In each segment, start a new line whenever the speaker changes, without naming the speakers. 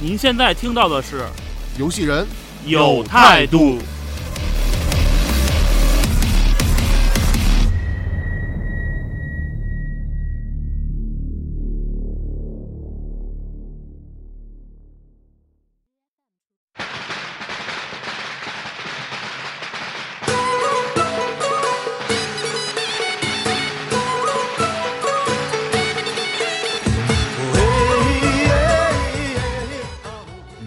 您现在听到的是
游戏人
有态度。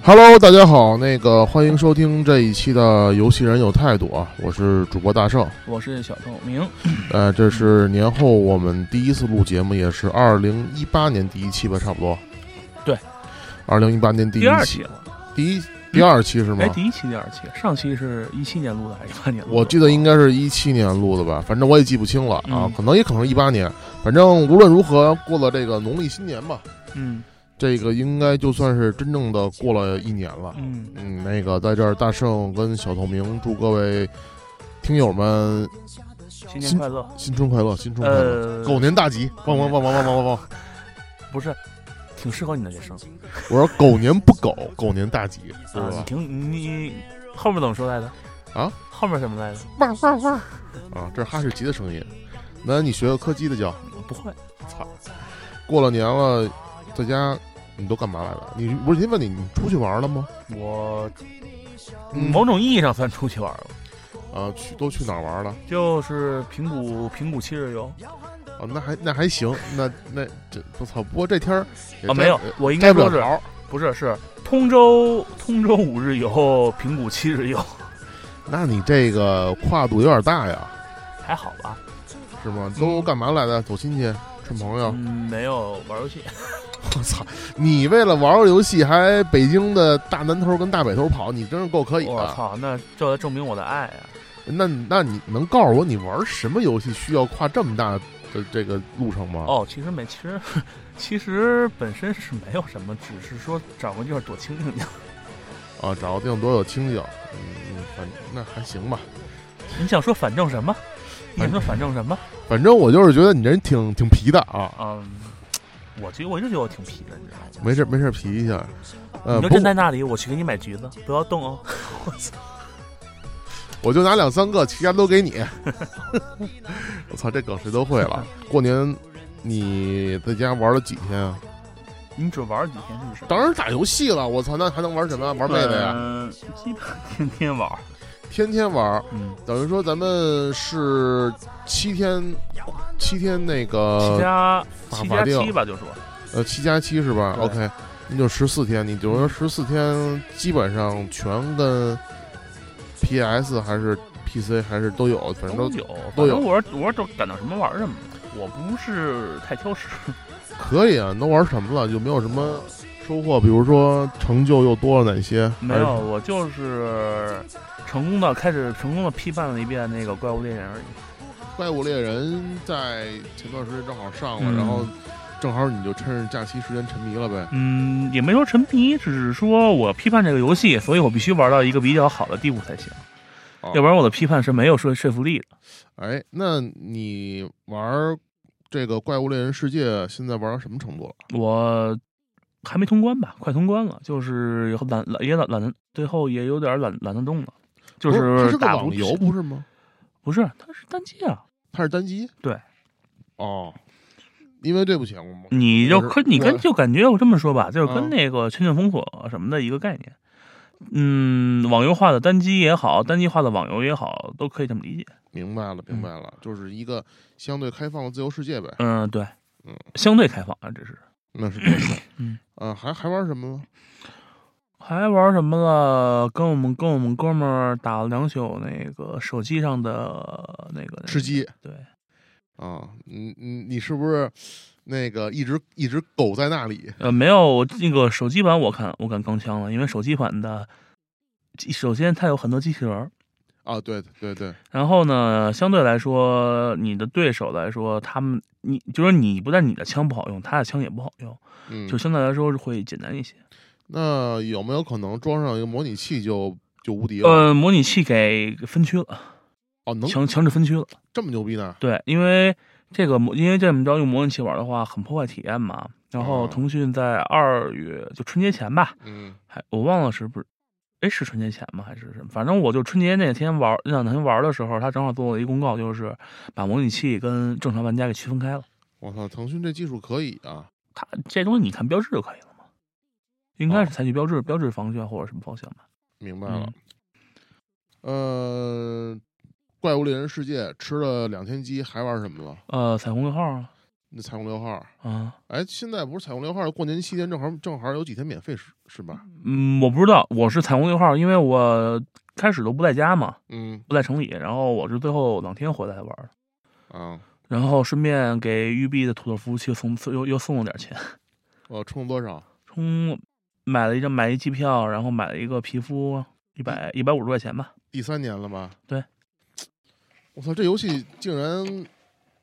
Hello，大家好，那个欢迎收听这一期的《游戏人有态度》啊，我是主播大圣，
我是小透明，
呃，这是年后我们第一次录节目，也是二零一八年第一期吧，差不多。
对，
二零一八年第一
第二
期，
期了，
第一第二期是吗
哎，？第一期、第二期，上期是一七年录的还是一八年录的？
我记得应该是一七年录的吧，反正我也记不清了啊
嗯，
可能也可能是一八年，反正无论如何过了这个农历新年吧，
嗯
这个应该就算是真正的过了一年了。
嗯，
嗯，那个在这儿，大圣跟小透明祝各位听友们
新年快乐。
新春快乐，新春快乐，
呃，
狗年大吉，汪汪汪汪汪汪 汪汪！
不是，挺适合你的这声，
我说狗年不狗，狗年大吉，是
啊，你
吧？
挺你你后面怎么说来的？
啊，
后面怎么来着？
汪汪汪！啊，这是哈士奇的声音。那你学个柯基的叫？
我不会，
过了年了，在家你都干嘛来了？你不是先问你，你出去玩了吗？
我
嗯
某种意义上算出去玩了，
啊，去都去哪儿玩了？
就是平谷平谷七日游
啊，那还那还行，那那这我操！不过这天儿也
啊，
摘
没有，我应该
摘不了
说是
桃。
不是是通州通州五日游，平谷七日游，
那你这个跨度有点大呀。
还好吧？
是吗？都干嘛来的？走亲戚、串朋友。
嗯，没有玩游戏。
我操、你为了玩个游戏还北京的大南头跟大北头跑，你真是够可以
我
的。
操，那这来证明我的爱啊！
那你那你能告诉我你玩什么游戏需要跨这么大的这个路程吗？，
哦，其实没，其实 其实本身是没有什么，只是说找个地儿躲清静去。
啊，找个地方多有清静。嗯，反那还行吧。
你想说反正什么？你
哎
想说反正什么？
反正我就是觉得你这人挺挺皮的啊，
嗯，我觉得我一直觉得我挺皮的，你知道吗？
没事没事皮一下。呃，
你
不
就
过
站在那里，我去给你买橘子，不要动哦。
我就拿两三个，其他都给你。 我操，这梗谁都会了。过年你在家玩了几天啊？
你只玩几天是不是？
当然是打游戏了，我操，那还能玩什么呀？玩妹啊妹呀，
嗯，基本天天玩。
天天玩，
嗯，
等于说咱们是七天，七天那
七
个
加
法
七
法
加
定
七吧，就说
呃七加七是吧
对
？OK，那就十四天，你等于说十四天基本上全跟 PS 还是 PC 还是都有，反正
都
都
有，
都
反
有
正我我都赶到什么玩什么。我不是太挑食，
可以啊。你都玩什么了？有没有什么收获？比如说成就又多了哪些？
没有，我就是成功的开始成功的批判了一遍那个怪物猎人而已。
怪物猎人在前段时间正好上了，
嗯
然后正好你就趁着假期时间沉迷了呗。
嗯，也没说沉迷，只是说我批判这个游戏，所以我必须玩到一个比较好的地步才行，
哦
要不然我的批判是没有说说服力的。
哎，那你玩这个怪物猎人世界现在玩到什么程度了？
我还没通关吧，快通关了，就是也懒懒也懒懒得，最后也有点懒懒得动了，就
不哦它是个
打
网
不
游
起
不是吗？
不是，它是单机啊。
它是单机。
对。
哦，因为对嗯不起，啊我们
你就
我是
可你
我
跟就感觉我这么说吧，就是
嗯
跟那个全境封锁什么的一个概念。嗯，网游化的单机也好，单机化的网游也好，都可以这么理解。
明白了，明白了，就是一个相对开放的自由世界呗。
嗯，对
嗯，
相对开放啊，这是。
那是对的。
嗯，
呃，还还玩什么了？
还玩什么了？跟我们跟我们哥们儿打了两宿那个手机上的那个
吃。鸡
对，
啊？你你你是不是那个一直一直苟在那里。
呃，没有那个手机版，我看我敢刚枪了，因为手机版的，首先它有很多机器人儿，
啊，对对对，
然后呢，相对来说，你的对手来说，他们你就是你不但你的枪不好用，他的枪也不好用，
嗯，
就相对来说是会简单一些。
那有没有可能装上一个模拟器就就无敌了？
呃，模拟器给分区了，
哦，能
强强制分区了。
这么牛逼呢？
对，因为这个模，因为这么着用模拟器玩的话，很破坏体验嘛。然后
哦
腾讯在二月就春节前吧，
嗯，
还我忘了是不是，哎是春节前吗？还是什么？反正我就春节那天玩那两天玩的时候，他正好做了一公告，就是把模拟器跟正常玩家给区分开了。
我操，腾讯这技术可以啊！
它这东西你看标志就可以了嘛，应该是采取标志、标志方向或者什么方向吧。
哦明白了
嗯。，
呃，怪物猎人世界吃了两天鸡，还玩什么了？
呃，彩虹六号啊，
那彩虹六号，
啊，
哎，现在不是彩虹六号过年期间正好正好有几天免费是是吧？
嗯，我不知道，我是彩虹六号，因为我开始都不在家嘛，
嗯
不在城里，然后我是最后两天回来玩的，
啊，
然后顺便给育碧的土豆服务器送又又送了点钱，
我充了多少？
充买了一张买一机票，然后买了一个皮肤一百一百五十块钱吧，
第三年了吧？
对。
我操，这游戏竟然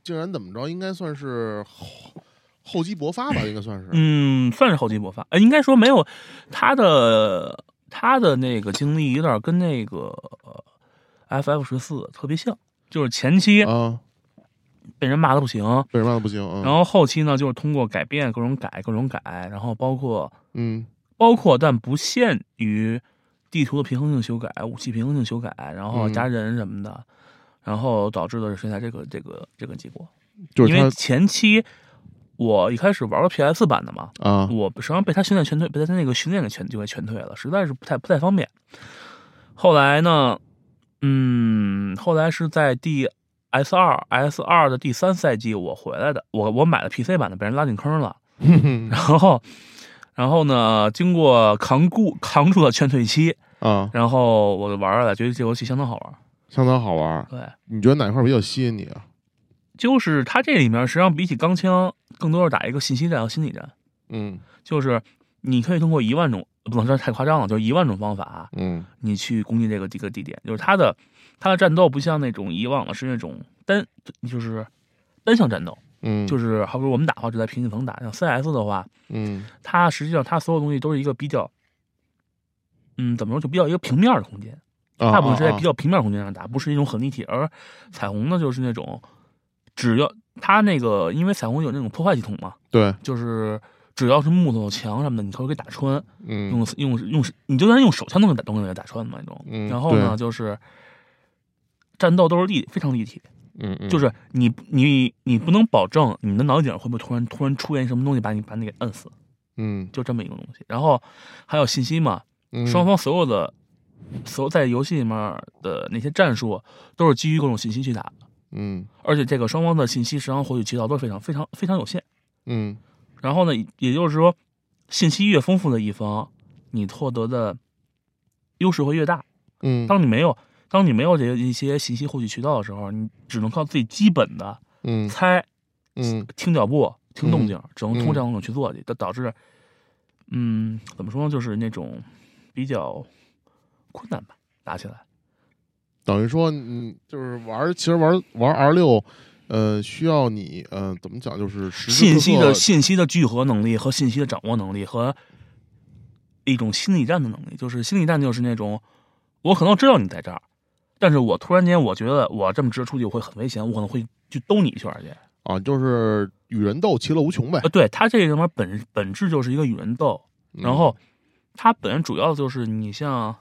竟然怎么着？应该算是厚厚积薄发吧，应该算是。
嗯，算是厚积薄发。哎，应该说没有他的他的那个经历有点跟那个呃 F F 十四特别像，就是前期
啊，
被人骂的不行，
为什么不行？嗯
然后后期呢就是通过改变各种改各种改，然后包括
嗯
包括但不限于地图的平衡性修改、武器平衡性修改，然后
嗯
加人什么的，然后导致的是现在这个这个这个结果。
就是
因为
他
前期我一开始玩过 P S 版的嘛，
啊，
我实际上被他训练全退，被他那个训练给全就给全退了，实在是不太不太方便。后来呢，嗯，后来是在第 S 二 S 二的第三赛季我回来的，我我买了 PC 版的，被人拉进坑 了，然后。然后呢，经过扛固扛住了劝退期，
啊，
然后我就玩儿了，觉得这游戏相当好玩儿。
相当好玩儿。
对，
你觉得哪块儿比较吸引你啊？
就是它这里面实际上比起钢枪，更多是打一个信息战和心理战，
嗯
就是你可以通过一万种，不能说太夸张了，就是一万种方法，
嗯
你去攻击这个这个地点，就是它的它的战斗不像那种以往的是那种单就是单向战斗，
嗯，
就是是好比我们打的话就在平行层打，像 CS 的话，
嗯
它实际上它所有东西都是一个比较，嗯，怎么说就比较一个平面的空间，
啊，
大部分是在
啊
比较平面空间上打，不是一种很立体，而彩虹呢就是那种只要它那个因为彩虹有那种破坏系统嘛，
对，
就是。只要是木头墙什么的，你都可以给打穿，
嗯
用用用，你就算用手枪都能打都能给打穿的那种。
嗯，
然后呢，就是战斗都是立非常立体，
对，嗯嗯，
就是你你你不能保证你的脑顶会不会突然突然出现什么东西把你把你给摁死，
嗯
就这么一个东西。然后还有信息嘛，
嗯
双方所有的所有在游戏里面的那些战术都是基于各种信息去打的，
嗯
而且这个双方的信息实际上获取渠道都是非常非常非常有限。
嗯
然后呢，也就是说，信息越丰富的一方，你获得的优势会越大。
嗯，
当你没有当你没有这些一些信息获取渠道的时候，你只能靠最基本的
嗯
猜、
嗯
听脚步、听动静，只能通
嗯
过这两种去做，导导致，嗯，怎么说呢，就是那种比较困难吧，打起来。
等于说，嗯，就是玩儿，其实玩儿玩 R 六，呃，需要你，呃，怎么讲，就是时时刻
信息的
刻
信息的聚合能力和信息的掌握能力和一种心理战的能力，就是心理战就是那种，我可能知道你在这儿，但是我突然间我觉得我这么直接出去我会很危险，我可能会去兜你一圈儿去。
啊，就是与人斗，其乐无穷呗。
呃，对，它这里面本本质就是一个与人斗，
嗯
然，后它本身主要就是你像，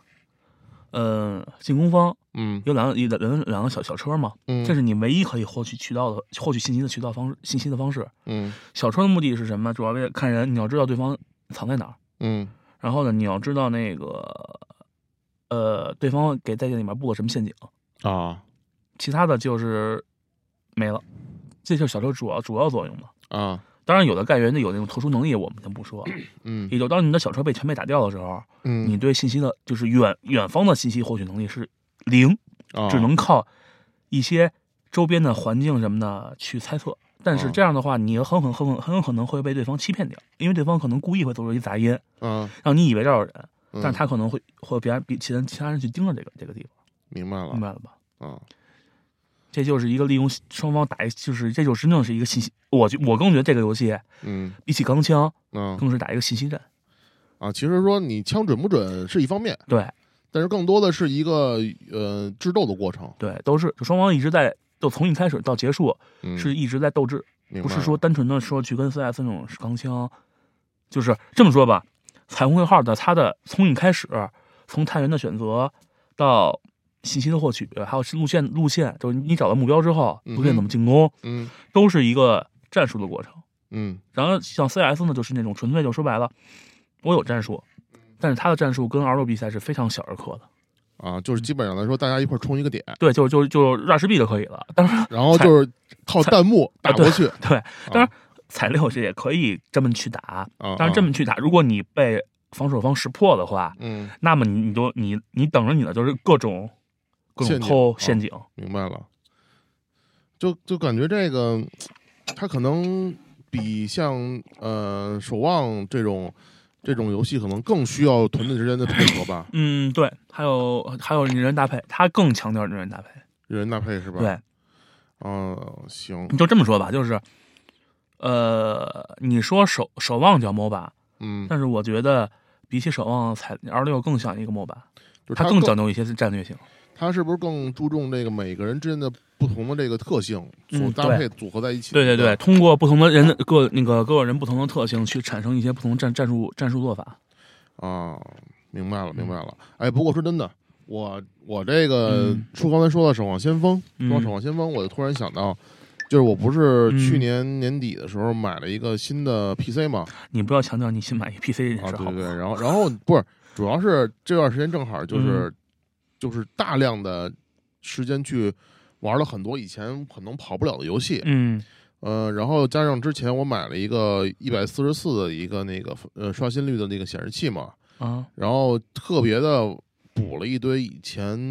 呃，进攻方
嗯
有两个有两两个小小车嘛，
嗯，
这是你唯一可以获取渠道的获取信息的渠道方式信息的方式。
嗯
小车的目的是什么？主要为了看人，你要知道对方藏在哪儿，
嗯
然后呢，你要知道那个，呃，对方给在这里面布了什么陷阱，
啊
其他的就是没了，这就是小车主要主要作用嘛。
啊
当然，有的干员的有那种特殊能力，我们先不说。
嗯
也就当你的小车被全被打掉的时候，
嗯，
你对信息的，就是远远方的信息获取能力是零，
啊
只能靠一些周边的环境什么的去猜测，但
哦
是这样的话，你很很很很很有可能会被对方欺骗掉，因为对方可能故意会做出一杂音，
啊，
让你以为这有人，
嗯
但是他可能会或别人比其他其他人去盯着这个这个地方，
明白了
明白了吧？
啊，
这就是一个利用双方打一，就是这就是真正是一个信息。我觉我更觉得这个游戏
嗯
比起钢枪，
啊
更是打一个信息战。
啊，其实说你枪准不准是一方面，
对
但是更多的是一个呃智斗的过程，
对，都是就双方一直在，就从一开始到结束
嗯，
是一直在斗智，
明白
不
了
是说单纯的说去跟 CS 那种钢枪，就是这么说吧。彩虹六号的它的从一开始，从探员的选择到信息的获取，还有路线路线，就是你找到目标之后，
嗯哼
路线怎么进攻，
嗯
都是一个战术的过程。
嗯
然后像 CS 呢，就是那种纯粹就说白了，我有战术，但是他的战术跟 R 六比赛是非常小儿科的。
啊，就是基本上来说，大家一块儿冲一个点，
对，就就就二十 B 就可以了。当然，
然后
啊菜
就是靠弹幕打
啊
过去
对，当然彩六是也可以这么去打，
啊，
当然这
啊
么去打，如果你被防守方识破的话，
嗯，
那么你你就你你等着你的就是各种各种
陷阱
偷
啊
陷阱。
明白了，就就感觉这个，它可能比像呃《守望》这种这种游戏可能更需要团队之间的配合吧，
嗯，对，还有还有人员搭配，他更强调人员搭配。
人搭配是吧？，
对，
嗯、行，
你就这么说吧，就是，呃，你说守守望叫 MOBA，
嗯，
但是我觉得比起守望彩 R 六更像一个 MOBA，
就是
它
更
更讲究一些是战略性。
它是不是更注重这个每个人之间的不同的这个特性所
嗯
搭配组合在一起？
对对对，，通过不同的人的各那个各个人不同的特性去产生一些不同战战术战术做法。
啊，
嗯
明白了，明白了。哎，不过说真的，我我这个
嗯
说刚才说到《守望先锋》，
嗯
说到《守望先锋》，我就突然想到，就是我不是去
嗯
年年底的时候买了一个新的 PC 嘛？
你不要强调你新买一 PC 这件
啊，
事，
对
好
对
吗
对。然后然后不是，主要是这段时间正好就是、
嗯
就是大量的时间去玩了很多以前可能跑不了的游戏，
嗯
呃，然后加上之前我买了一个一百四十四的一个那个呃刷新率的那个显示器嘛，
啊，
然后特别的补了一堆以前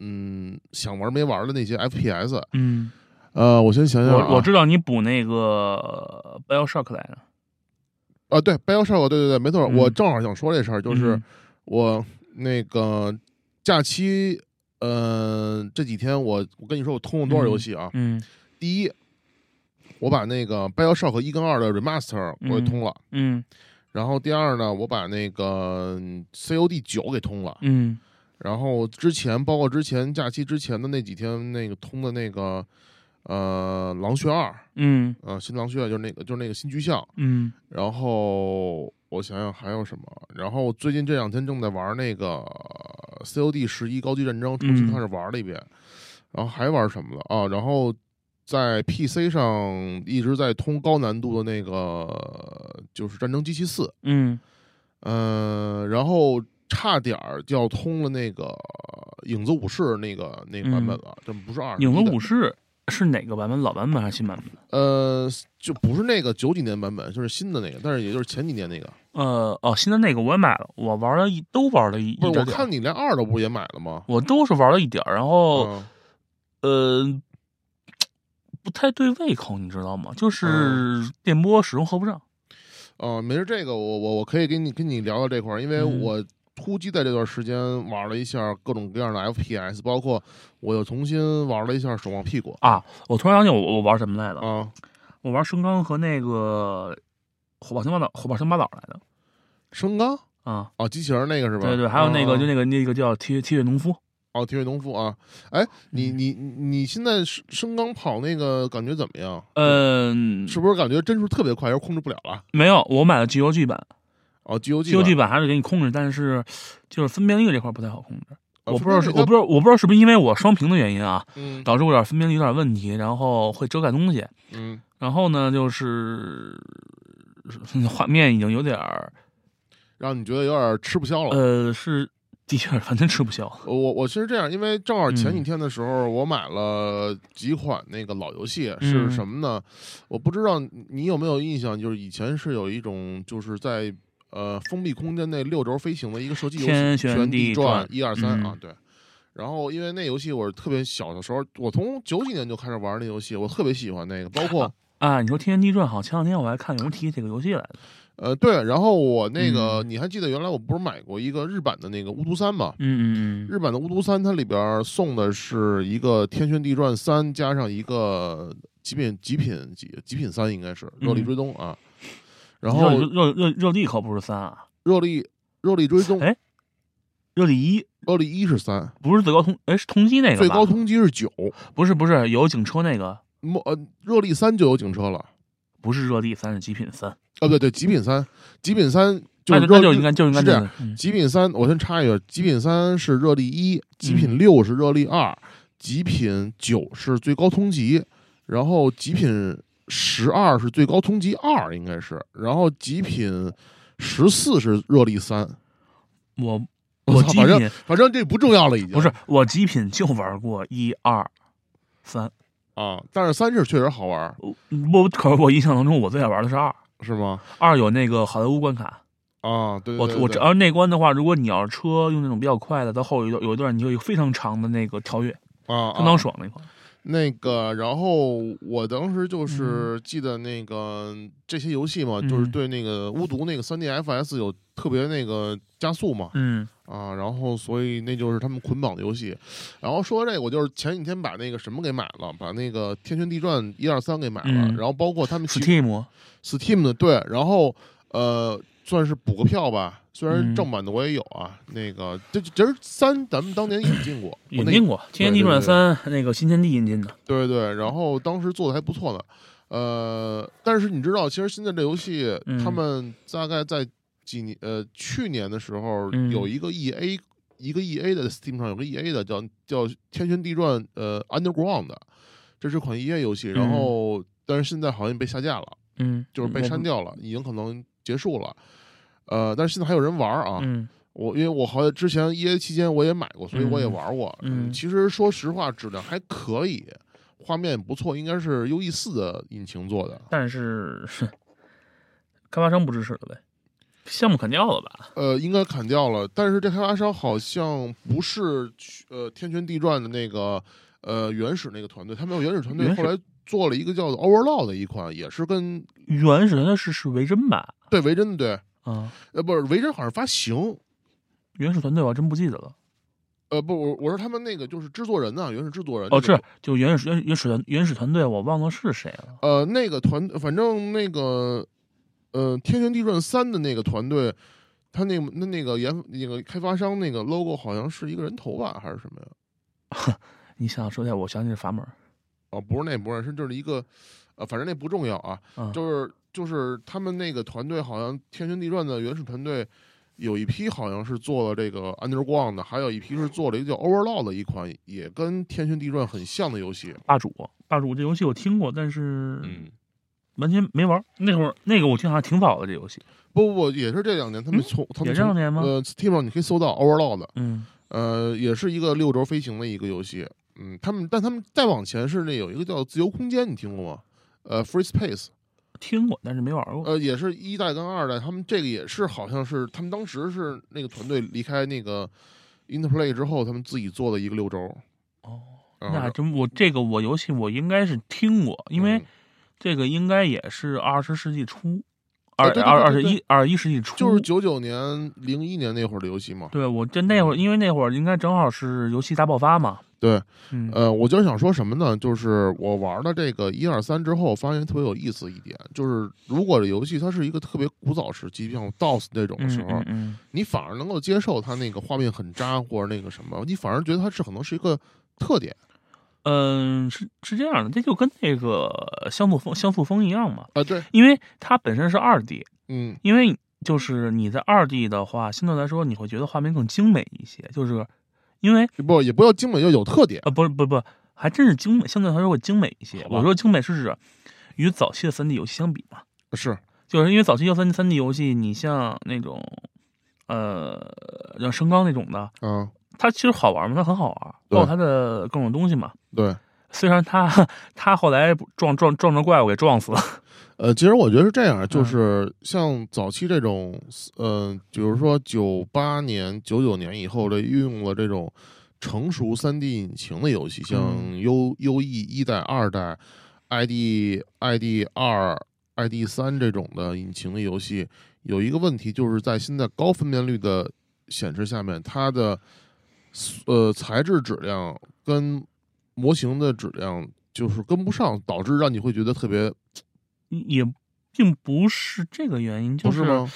嗯想玩没玩的那些 FPS。
嗯，
呃，我先想想、啊，
我我知道你补那个呃 BioShock 来着，
啊，对 b i o s h o 对对对，没错，
嗯
我正好想说这事儿，就是
嗯
我那个假期，呃，这几天我我跟你说我通了多少游戏啊？
嗯
第一，我把那个 BioShock 一跟二的 Remaster 我也通了。
嗯
然后第二呢，我把那个嗯 COD 九给通了。
嗯
然后之前包括之前假期之前的那几天，那个通的那个呃《狼穴二》，
嗯
呃，新《狼穴》就是那个就是那个新巨像。
嗯
然后我想想还有什么？然后最近这两天正在玩那个呃 COD 十一高级战争，重新
嗯
开始玩了一遍。然后还玩什么了啊？然后在 PC 上一直在通高难度的那个呃就是《战争机器四》，
嗯
嗯，然后差点儿就要通了那个呃影子武士那个那个版本了，这不是二
嗯影子武
士，
士是哪个版本？老版本还是新版本？
呃，就不是那个九几年版本，就是新的那个，但是也就是前几年那个。
呃哦，新的那个我也买了，我玩了一都玩了一，
不
一
是，
点
我
点
看你连二都不是也买了吗？
我都是玩了一点儿，然后、
嗯，
呃不太对胃口，你知道吗？
嗯
就是电波始终合不上。
哦，没事，这个我我我可以跟你跟你聊聊这块儿，因为
嗯
我突击在这段时间玩了一下各种各样的 FPS，包括我又重新玩了一下《守望屁股》
我突然想起我我玩什么来了，
啊，
我玩升钢和那个火爆乡巴佬火爆乡巴佬来的
升纲
啊，
哦，机器人那个是吧？
对对，还有那个、
啊
就那个那个叫铁铁血农夫，
哦，体育农夫啊，哎，你你你现在升升刚跑那个感觉怎么样？，
嗯、
是不是感觉帧数特别快，又控制不了了？
没有，我买了 G O G 版
哦，G O G
，G O G 版还是给你控制，但是就是分辨率这块不太好控制。
啊哦
我不知道是我不
道，
知道我不知道是不是因为我双屏的原因啊，
嗯
导致我有点分辨率有点问题，然后会遮盖东西。
嗯，
然后呢，就是 嗯画面已经有点儿，
让你觉得有点吃不消了。
呃，是的确完全吃不消。
我我是这样，因为正好前几
嗯
天的时候，我买了几款那个老游戏，是
嗯
什么呢？我不知道你有没有印象，就是以前是有一种就是在呃封闭空间内六轴飞行的一个射击游戏，
天旋
旋
地转
转一二三啊
嗯，
对。然后因为那游戏我是特别小的时候，我从九几年就开始玩那游戏，我特别喜欢那个，包括
啊，你说《天元地转》好，前两天我还看有人提起这个游戏来的，
呃，对，然后我那个、
嗯
你还记得原来我不是买过一个日版的那个《巫毒三》吗？
嗯嗯
日版的《巫毒三》它里边送的是一个《天旋地转三》加上一个极品极品极极品三应该是热力追踪啊，
嗯，
然后
热热热热力可不是三啊，
热力热力追踪
哎热力一
热力一是三，
不是最高通，哎是通缉那个吧
最高通缉是九，
不是不是有警车那个，
莫呃热力三就有警车了，
不是热力三是极品三，哎
啊对对极品三极品三就
那
是
就那
热力
就应该就应该
是这样
个嗯
极品三，我先插一句，极品三是热力一，极
嗯
品六是热力二，极品九是最高通缉，然后极品十二是最高通缉二，应该是，然后极品十四是热力三。
我
我
我
操
极
反正
品
反正这不重要了，已经
不是我极品就玩过一二三，
啊。但是三是确实好玩，
我我可是我印象当中我最爱玩的是二，
是吗？
二有那个好莱坞关卡，
啊，对对
我
对
我
对
这而那关的话，如果你要是车用那种比较快的，到后有一段有一段你就有非常长的那个跳跃，
啊，
相当
啊
爽那块儿。
那个，然后我当时
嗯
就是记得那个、这些游戏嘛，就是
嗯
对那个巫毒那个 3DFS 有特别那个加速嘛，
嗯
啊，然后所以那就是他们捆绑的游戏。然后说这个，我就是前几天把那个什么给买了，把那个《天旋地转》一二三给买了，
嗯
然后包括他们其
，Steam
Steam 的对，然后呃算是补个票吧，虽然
嗯
正版的我也有啊，那个这这这三咱们当年引进过，我
引
那
进过《天地转三》，那个新天地引进的，
对对，然后当时做的还不错呢。呃，但是你知道，其实现在这游戏，
嗯
他们大概在几年呃去年的时候，
嗯
有一个 E A、一个 E A 的 Steam 上有个 E A 的叫叫《天旋地转》呃 Underground，的这是款 E A 游戏，然
嗯
后、但是现在好像被下架了，
嗯，
就是被
我不
删。掉了，已经可能结束了。呃，但是现在还有人玩儿啊，
嗯
我因为我好像之前 E A 期间我也买过，所以我也玩过。
嗯嗯
其实说实话，质量还可以，画面也不错，应该是 U E 四的引擎做的。
但是哼开发商不支持了呗，项目砍掉了吧？
呃，应该砍掉了，但是这开发商好像不是去呃《天旋地转》的那个呃原始那个团队，他们有原始团队
原始
后来做了一个叫做 Overlaw 的一款，也是跟
原始团是是维珍吧？
对维珍的对，
啊，
呃不是维珍好像发行。
原始团队我还真不记得了。
呃，不，我我说他们那个就是制作人呐、原始制作人
哦，
那呃个
是就原始原原始团原始团队，我忘了是谁了。
呃，那个团，反正那个，呃，《天旋地转三》的那个团队，他那那那个研那个开发商那个 logo 好像是一个人头吧，还是什么呀？
你想想说的，我想起是阀门儿。
哦，不是那，不是，是就是一个，呃，反正那不重要啊，
嗯
就是就是他们那个团队好像《天旋地转》的原始团队。有一批好像是做了这个 Underground 的，还有一批是做了一个叫 Overlaw 的一款，也跟《天旋地转》很像的游戏。
霸主，霸主这游戏我听过，但是
嗯，
完全没玩儿。那会儿那个我听好像挺早的这游戏。
不不不，也是这两年他们
嗯
从、他们
也这两
从
年吗
呃，Steam 上你可以搜到 Overlaw 的，
嗯
呃，也是一个六轴飞行的一个游戏。嗯，他们但他们再往前是那有一个叫自由空间，你听过吗？呃，Free Space，
听过，但是没玩儿过。
呃，也是一代跟二代，他们这个也是好像是他们当时是那个团队离开那个 Interplay 之后，他们自己做的一个六轴。
哦
啊，
那还真我这个我游戏我应该是听过，因为
嗯
这个应该也是二十世纪初，
啊
二
对对
二二
对
十
对
一二十一世纪初，
就是九九年、零一年那会儿的游戏嘛。
对我这那会儿，因为那会儿应该正好是游戏大爆发嘛，
对，
嗯，
呃，我就是想说什么呢？就是我玩了这个一二三之后，发现特别有意思一点，就是如果这游戏它是一个特别古早时期，像 DOS 那种的时候，
嗯嗯
你反而能够接受它那个画面很渣或者那个什么，你反而觉得它是可能是一个特点
嗯，嗯是是这样的，这就跟那个像素风像素风一样嘛，
啊。对，
因为它本身是二 D，
嗯，
因为就是你在二 D 的话，相对来说你会觉得画面更精美一些，就是因为
不也不要精美，要有特点。
呃，不是，不是不是，还真是精美，相对来说会精美一些
好。吧
我说精美是指与早期的三 D 游戏相比嘛，
是，
就是因为早期要三三 D 游戏，你像那种呃，像升钢那种的，
嗯，
它其实好玩嘛，它很好玩，
对
包括它的各种东西嘛。
对。
虽然它它后来撞撞撞着怪物给撞死了，
呃，其实我觉得是这样，
嗯
就是像早期这种，嗯、呃，比如说九八年、九九年以后的运用了这种成熟三 D 引擎的游戏，像
嗯
U U E 一代、二代， ID ID 二、ID 三这种的引擎类游戏，有一个问题就是在现在高分辨率的显示下面，它的呃材质质量跟模型的质量就是跟不上，导致让你会觉得特别
也并不是这个原因，就
不是吗？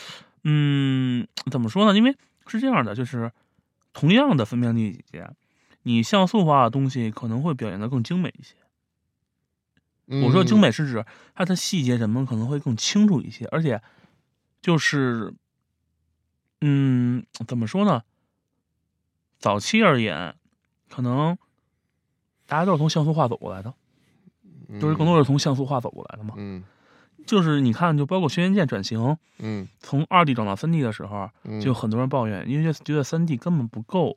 嗯，怎么说呢？因为是这样的，就是同样的分辨率底下，你像素化的东西可能会表现得更精美一些。我说精
嗯
美是指它的细节什么可能会更清楚一些，而且就是，嗯，怎么说呢？早期而言，可能大家都是从像素化走过来的，就是更多是从像素化走过来的嘛。
嗯
就是你看，就包括《轩辕剑》转型，
嗯
从二 D 转到三 D 的时候，
嗯，
就很多人抱怨，因为觉得三 D 根本不够，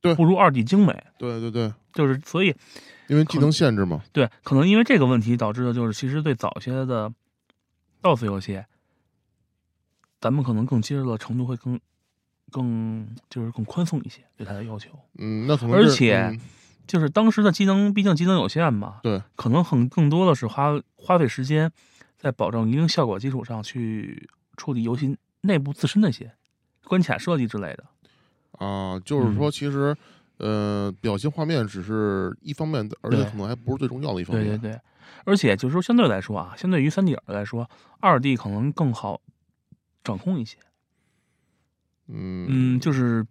对
不如二 D 精美。
对对对，
就是所以
因为技
可
能限制嘛，
对，可能因为这个问题导致的，就是其实对早些的 DOS 游戏，咱们可能更接受的程度会更更就是更宽松一些，对它的要求。
嗯，那可能
而
是
且
嗯
就是当时的机能，毕竟机能有限嘛，
对，
可能很更多的是花花费时间在保证一定效果基础上去处理游戏内部自身的一些关卡设计之类的。
啊，
嗯
就是说，其实，呃，表情画面只是一方面，而且
对
可能还不是最重要的一方
对
面。
对对，而且就是说，相对来说啊，相对于三 D 来说，二 D 可能更好掌控一些。
嗯
嗯，就是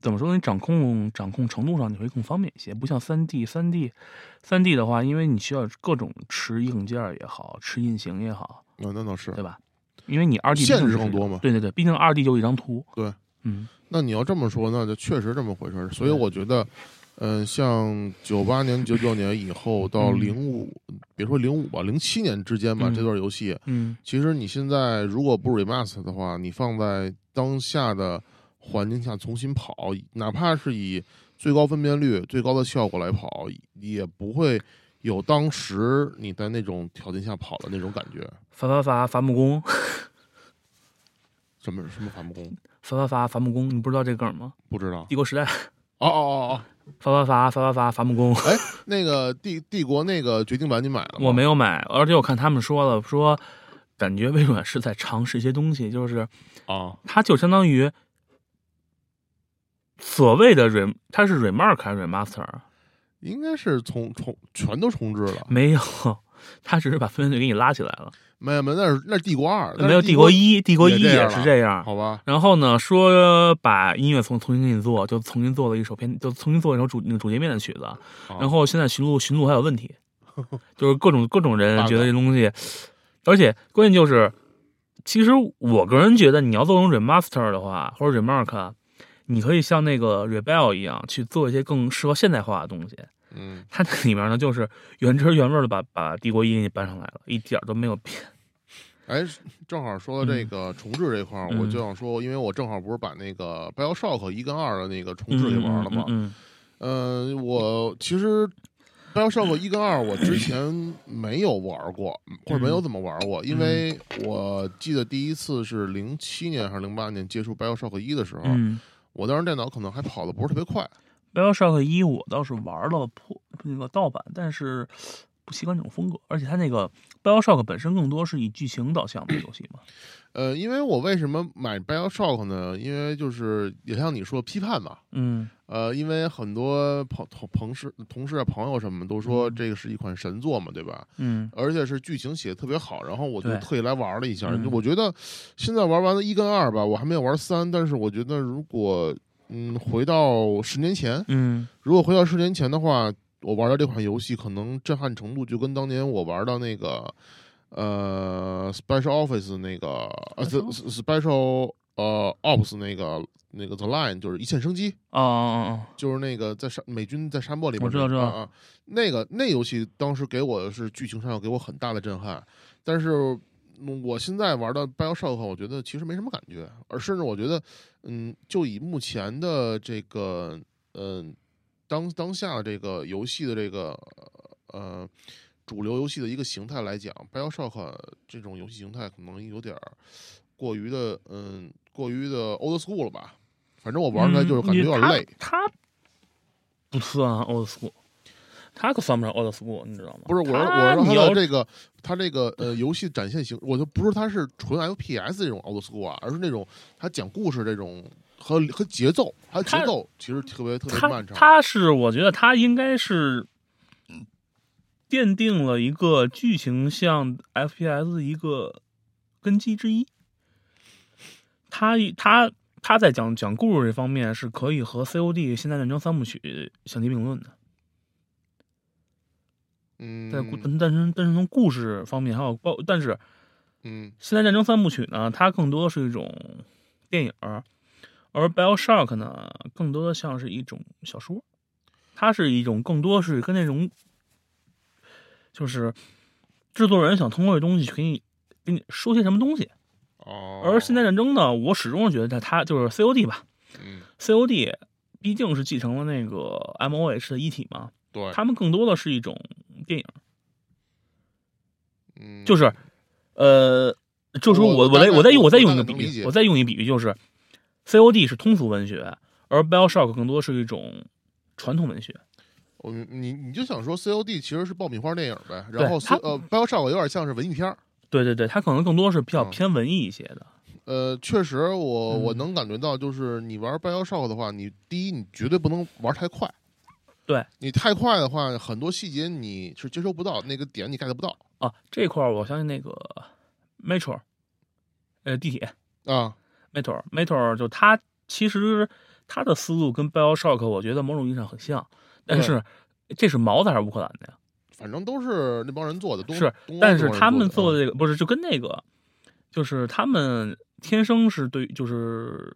怎么说呢？你掌控掌控程度上你会更方便一些，不像三 D，三 D，三 D 的话，因为你需要各种吃硬件儿也好，吃运行也好，
啊，那倒是
对。吧？因为你二 D
限制更多嘛
对对对，毕竟二 D 就一张图。
对，
嗯，
那你要这么说，那就确实这么回事儿。所以
对
我觉得，嗯、像九八年、九九年以后到
嗯
零五、别说零五吧，零七年之间吧，
嗯
这段游戏，
嗯，
其实你现在如果不 remaster 的话，你放在当下的环境下重新跑，哪怕是以最高分辨率、最高的效果来跑，也不会有当时你在那种条件下跑的那种感觉。
伐伐伐伐木工，
什么什么反不公？
伐伐伐伐木工，你不知道这梗吗？
不知道。
帝国时代，
哦哦哦哦，
伐伐伐伐伐伐伐木工。
哎，那个帝帝国那个决定版你买了吗？
我没有买，而且我看他们说了，说感觉微软是在尝试一些东西，就是
啊，
它就相当于所谓的 re，它是 remark 还是 remaster？
嗯应该是重重全都重置了。
没有，它只是把分辨率给你拉起来了，
没有没有，那是那是帝国二，但
没有
是
帝国，一，帝国一
也这样
也
了
是这样。
好吧？
然后呢，说把音乐重重新给你做，就重新做了一首片，就重新做一首主那个主界面的曲子。
哦
然后现在寻路寻路还有 问题，就是各种各种人
bug
觉得这东西，而且关键就是，其实我个人觉得你要做成 remaster 的话，或者 remark，啊你可以像那个 rebel 一样去做一些更适合现代化的东西。
嗯，
它这里面呢，就是原汁原味的把把帝国一给你搬上来了，一点儿都没有变。
哎，正好说到这个重置这块儿，我
嗯
就想说，因为我正好不是把那个 BioShock 一跟二的那个重置给
嗯
玩了吗？
嗯嗯
呃，我其实 BioShock 一跟二我之前没有玩过，或者
嗯
没有怎么玩过，因为我记得第一次是零七年还是零八年接触 BioShock 一的时候，
嗯嗯。
我当时电脑可能还跑的不是特别快，
BioShock 一我倒是玩了破那个盗版，但是不习惯这种风格，而且它那个 BioShock 本身更多是以剧情导向的游戏嘛。
呃，因为我为什么买 BioShock 呢？因为就是也像你说批判嘛，
嗯
呃，因为很多朋同同事、同事啊、朋友什么都说
嗯
这个是一款神作嘛，对吧？
嗯
而且是剧情写的特别好，然后我就
对
特意来玩了一下。
嗯
我觉得现在玩完了一跟二吧，我还没有玩三，但是我觉得如果嗯回到十年前，
嗯
如果回到十年前的话，我玩到这款游戏可能震撼程度就跟当年我玩到那个呃 Special Office 那个呃
Special？
s Special 呃 Ops 那个那个 The Line 就是一线生机。
哦哦
就是那个在沙美军在沙漠里边
我知道
那个
知道
啊啊，那个那游戏当时给我的是剧情上给我很大的震撼，但是嗯我现在玩到 BioShock，我觉得其实没什么感觉，而甚至我觉得，嗯，就以目前的这个嗯当当下这个游戏的这个呃主流游戏的一个形态来讲，BioShock 这种游戏形态可能有点儿过于的嗯过于的 old school 了吧。反正我
哦，
玩出来就是感觉有点累，
嗯。它它不算 old school，他可算不上 old school，你知道吗？
不是，我说
他
我说
你
它
要
的这个它这个呃游戏展现形，我就不是它是纯 FPS 这种 old school 啊，而是那种它讲故事这种和和节奏，它的节
它
奏其实特别特别
他
漫长。
他是我觉得他应该是奠定了一个剧情向 FPS 的一个根基之一。他他他在讲讲故事这方面是可以和 COD《现代战争三部曲》相提并论的，
嗯
在故但是但是从故事方面还有包，但是《
嗯
现代战争三部曲》呢，它更多是一种电影儿，而《BioShock》呢，更多的像是一种小说，它是一种更多是跟那种，就是制作人想通过这东西给你给你说些什么东西。
哦，
而《现代战争》呢，我始终是觉得它就是 COD 吧
嗯
，COD 毕竟是继承了那个 MOH 的一体嘛，
对，
他们更多的是一种电影，
嗯
就是呃，就是说
我
我
我
再
大概
我再用
我
我再用
大概
一个
能
比
理解
喻，我再用一个比喻，就是 COD 是通俗文学，而 BioShock 更多是一种传统文学。
我明你你就想说 COD 其实是爆米花电影呗，
对
然后 C
它
呃 BioShock 有点像是文艺片儿。
对对对，它可能更多是比较
嗯
偏文艺一些的。
呃，确实我，我、
嗯
能感觉到，就是你玩 BioShock 的话，你第一你绝对不能玩太快，
对
你太快的话，很多细节你是接收不到，那个点你 get 不到
啊，这块儿我相信那个 Metro，呃，地铁
啊。
Metro，Metro 就它其实它的思路跟 BioShock 我觉得某种意义上很像，但
对
是这是毛子还是乌克兰的呀？
反正都是那帮人做的，东
是
东欧
但
那
是
帮人
他们
做
做
的
的这个不是就跟那个，就是他们天生是对，就是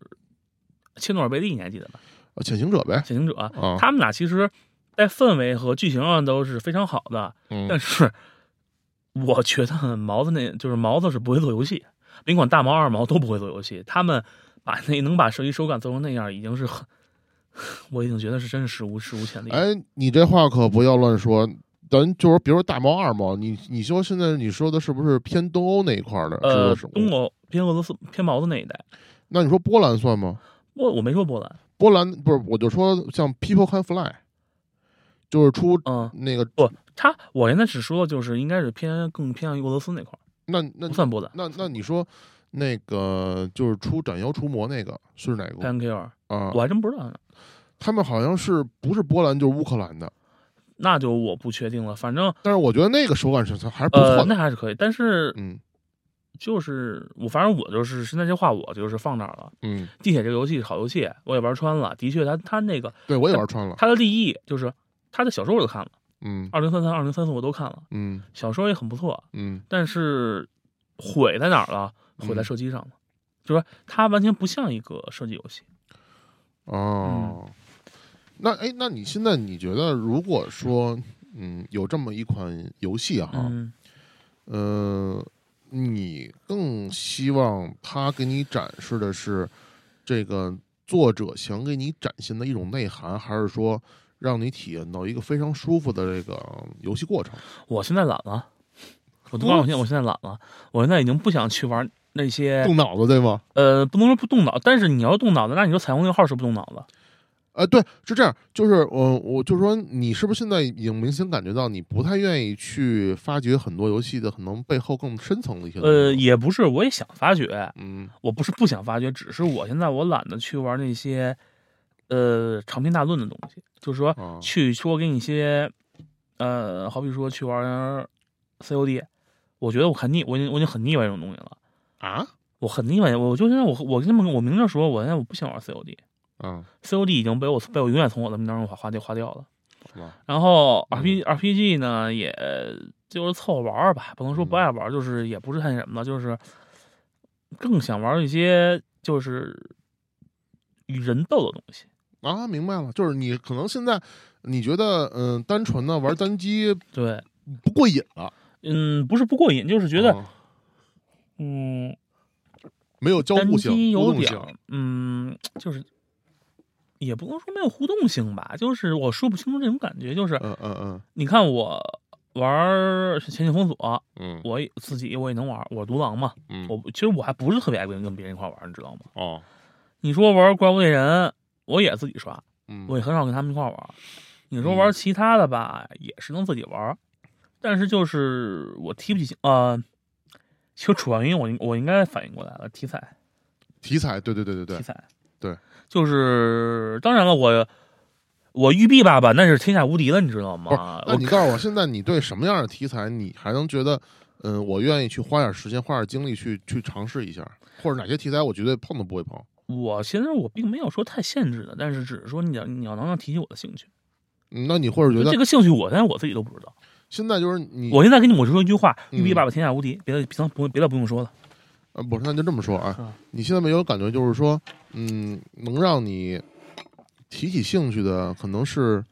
切诺贝利，你还记得吧？
啊潜行者呗，
潜行者，
啊，
他们俩其实，在氛围和剧情上都是非常好的，
嗯
但是我觉得毛子那就是毛子是不会做游戏，甭管大毛二毛都不会做游戏，他们把那能把射击手感做成那样，已经是很，我已经觉得是真是史无史无前例了。
哎，你这话可不要乱说。咱就是比如说大毛二毛，你你说现在你说的是不是偏东欧那一块儿的？
呃，
是不是
东欧偏俄罗斯偏毛子那一代，
那你说波兰算吗？
我我没说波兰，
波兰不是，我就说像 People Can Fly，就是出
嗯。
那个，
不，他我现在只说就是应该是偏更偏向于俄罗斯那块儿，
那那
不算波兰。
那那你说那个就是出斩妖除魔那个是哪个
Pan K R，
啊
嗯我？还真不知道呢，
他们好像是不是波兰就是乌克兰的，
那就我不确定了。反正
但是我觉得那个手感是还是不
呃
错，的，
那还是可以，但是
嗯
就是我，反正我就是现在这话我就是放那儿了。
嗯，
地铁这个游戏是好游戏，我也玩穿了。的确它，它那个
对我也玩穿了，
它的立意就是它的小说我都看了，
嗯
二零三三、二零三四我都看了，
嗯
小说也很不错。
嗯
但是毁在哪儿了？毁在
嗯
射击上了，就是说它完全不像一个射击游戏。嗯
哦，那哎，那你现在你觉得如果说嗯有这么一款游戏啊哈、
嗯。
呃，你更希望他给你展示的是这个作者想给你展现的一种内涵，还是说让你体验到一个非常舒服的这个游戏过程？
我现在懒了，我都告诉你，我现在懒了，我现在已经不想去玩那些
动脑子对吗？
呃，不能说不动脑，但是你要动脑子，那你说彩虹六号是不动脑子，
呃，对，是这样，就是我、我就说你是不是现在已经明显感觉到你不太愿意去发掘很多游戏的可能背后更深层的一些东
呃，
西？
也不是，我也想发掘，
嗯
我不是不想发掘，只是我现在我懒得去玩那些呃长篇大论的东西，就是说
啊
去说跟一些呃，好比说去玩 COD，我觉得我很腻，我已经我已经很腻歪这种东西了，
啊
我很腻歪，我就现在我我这么我明着说，我现在我不想玩 COD。
嗯，
COD 已经被我被我永远从我的名单中划划掉划掉了。
是吧？
然后
嗯
RPG、RPG 呢，也就是凑合玩玩吧，不能说不
嗯
爱玩，就是也不是太那什么的，就是更想玩一些就是与人斗的东西。
啊，明白了，就是你可能现在你觉得嗯、单纯的玩单机
对，
不过瘾了，
嗯，不是不过瘾，就是觉得、
啊
嗯，
没有交
单
互性、
机
互
有
动
点
性
儿，嗯，就是也不能说没有互动性吧，就是我说不清楚这种感觉，就是
嗯嗯嗯
你看我玩《全境封锁》，
嗯
我也自己我也能玩，我是独狼嘛。
嗯
我其实我还不是特别爱跟跟别人一块玩，你知道吗？
哦，
你说玩怪物猎人，我也自己刷，
嗯
我也很少跟他们一块玩。
你说玩其他的吧，也是能自己玩，但是就是我提不起呃，其实楚望云我应我应该反应过来了，题材
题材，对对对对对
题，材
对，
就是当然了，我我育碧爸爸那是天下无敌了，你知道
不是
吗？
哦那
我
你告诉我，现在你对什么样的题材，你还能觉得，嗯，我愿意去花点时间、花点精力去去尝试一下，或者哪些题材我绝对碰都不会碰？
我其实我并没有说太限制的，但是只是说你要你要能让提起我的兴趣，
嗯那你或者觉
就
得
这个兴趣我现在我自己都不知道。
现在就是你，
我现在跟你我说一句话：
嗯
育碧爸爸天下无敌，别的别的不别的不用说了。
呃，不是，那就这么说啊
嗯，
你现在没有感觉就是说，嗯，能让你提起兴趣的，可能是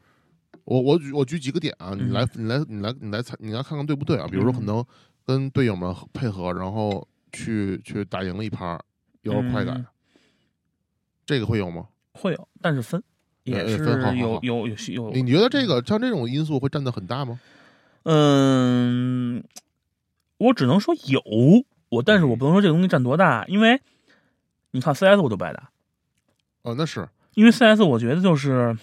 我我举我举几个点啊，你
嗯
来、你来你来你来猜，你来看看对不对啊？比如说，可
嗯
能跟队友们合配合，然后去去打赢了一盘儿，有了快感，啊
嗯
这个会有吗？
会有，但是分也
呃
是
分好好好
有有有有
你觉得这个像这种因素会占的很大吗？
嗯，我只能说有我，但是我不能说这个东西占多大，因为你看 CS 我就不爱打，
啊、那是，
因为 CS 我觉得就是